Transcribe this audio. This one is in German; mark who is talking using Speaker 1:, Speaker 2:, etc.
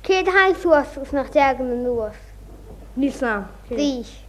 Speaker 1: Két hány szó szósznak gyergőn úr?
Speaker 2: Nisam.
Speaker 1: Tíz.